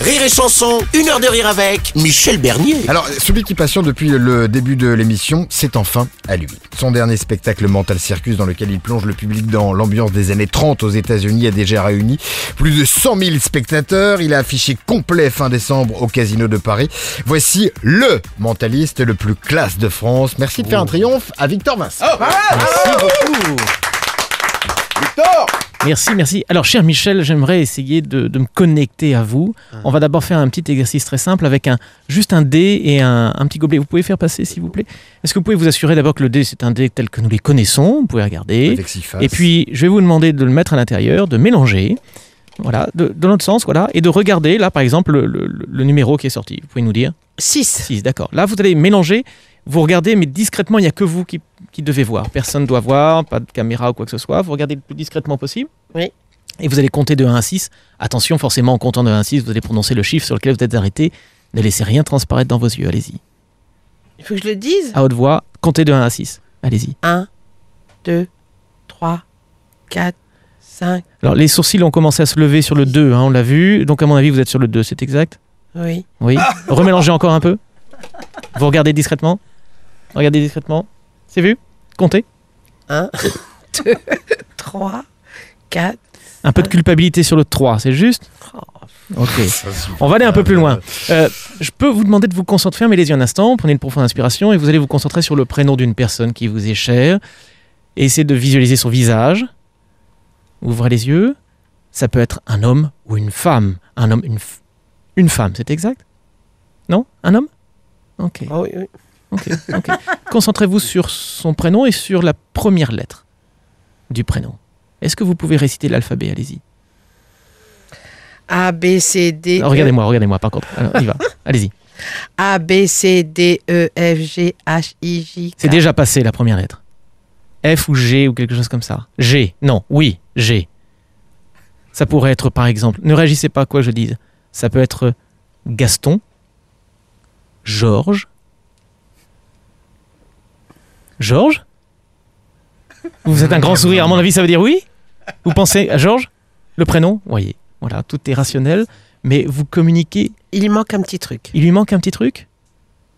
Rire et Chanson, une heure de rire avec Michel Bernier. Alors, celui qui patiente depuis le début de l'émission, c'est enfin à lui. Son dernier spectacle Mental Circus, dans lequel il plonge le public dans l'ambiance des années 30 aux États-Unis, a déjà réuni plus de 100 000 spectateurs. Il a affiché complet fin décembre au Casino de Paris. Voici le mentaliste le plus classe de France. Merci de faire un triomphe à Victor Vincent. Merci, merci. Alors, cher Michel, j'aimerais essayer de, de me connecter à vous. Ah. On va d'abord faire un petit exercice très simple avec un, juste un dé et un, un petit gobelet. Vous pouvez faire passer, s'il vous plaît Est-ce que vous pouvez vous assurer d'abord que le dé, c'est un dé tel que nous les connaissons Vous pouvez regarder. Avec six faces. Et puis, je vais vous demander de le mettre à l'intérieur, de mélanger, voilà, de, de l'autre sens, voilà, et de regarder, là, par exemple, le, le- le numéro qui est sorti. Vous pouvez nous dire 6. 6, d'accord. Là, vous allez mélanger, vous regardez, mais discrètement, il n'y a que vous qui, qui devez voir. Personne ne doit voir, pas de caméra ou quoi que ce soit. Vous regardez le plus discrètement possible. Oui. Et vous allez compter de 1 à 6. Attention, forcément, en comptant de 1 à 6, vous allez prononcer le chiffre sur lequel vous êtes arrêté. Ne laissez rien transparaître dans vos yeux, allez-y. Il faut que je le dise À haute voix, comptez de 1 à 6. Allez-y. 1, 2, 3, 4, 5. Alors, les sourcils ont commencé à se lever sur le 2, hein, on l'a vu. Donc, à mon avis, vous êtes sur le 2, c'est exact Oui. Oui. Remélangez encore un peu. Vous regardez discrètement. Regardez discrètement. C'est vu Comptez. 3, 4. Un peu de culpabilité sur le 3, c'est juste Ok. On va aller un peu plus loin. Euh, je peux vous demander de vous concentrer, fermez les yeux un instant, prenez une profonde inspiration et vous allez vous concentrer sur le prénom d'une personne qui vous est chère. Et essayez de visualiser son visage. Ouvrez les yeux. Ça peut être un homme ou une femme. Un homme, une, f- une femme, c'est exact Non Un homme Ok. Ah oui, oui. Ok, ok. Concentrez-vous sur son prénom et sur la première lettre du prénom. Est-ce que vous pouvez réciter l'alphabet Allez-y. A, B, C, D. Alors, Regardez-moi, regardez-moi par contre. Alors, on y va. Allez-y. E, A, B, C, D, E, F, G, H, I, J. K. C'est déjà passé la première lettre. F ou G ou quelque chose comme ça. G. Non, oui, G. Ça pourrait être par exemple, ne réagissez pas à quoi je dise. Ça peut être Gaston, Georges. Georges Vous êtes un grand sourire, à mon avis ça veut dire oui Vous pensez à Georges Le prénom Voyez, voilà, tout est rationnel, mais vous communiquez Il manque un petit truc. il lui manque un petit truc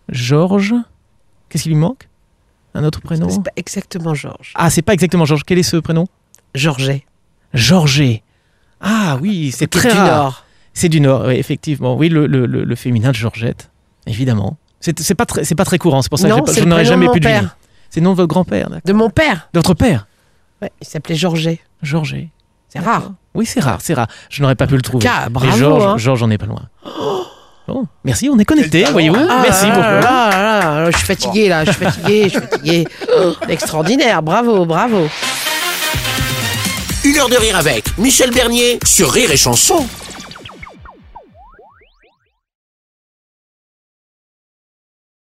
Georges Qu'est-ce qu'il lui manque Un autre prénom C'est pas exactement Georges. Ah, c'est pas exactement Georges. Quel est ce prénom Georget. Georges. Ah oui, c'est Qui est très du rare. Nord. C'est du Nord, oui, effectivement. Oui, le, le- le- le féminin de Georgette, évidemment. C'est c'est pas, très- c'est pas très courant, c'est pour ça que Non, j'ai pas- c'est je le n'aurais prénom jamais de pu mon père. deviner. C'est le nom de votre grand-père, d'accord. De mon père. De votre père Ouais, il s'appelait Georget. Georges. C'est rare. Oui, c'est rare, c'est rare. Je n'aurais pas pu le trouver. cas, Mais bravo, Georges, hein. Oh Georges, on n'est pas loin. Bon, merci, on est connectés, voyez-vous. Ah, merci là, beaucoup. là, là, là, là, je suis fatigué là, je suis fatigué, je suis fatigué. Extraordinaire, bravo, bravo. Une heure de rire avec Michel Bernier sur Rire et Chanson.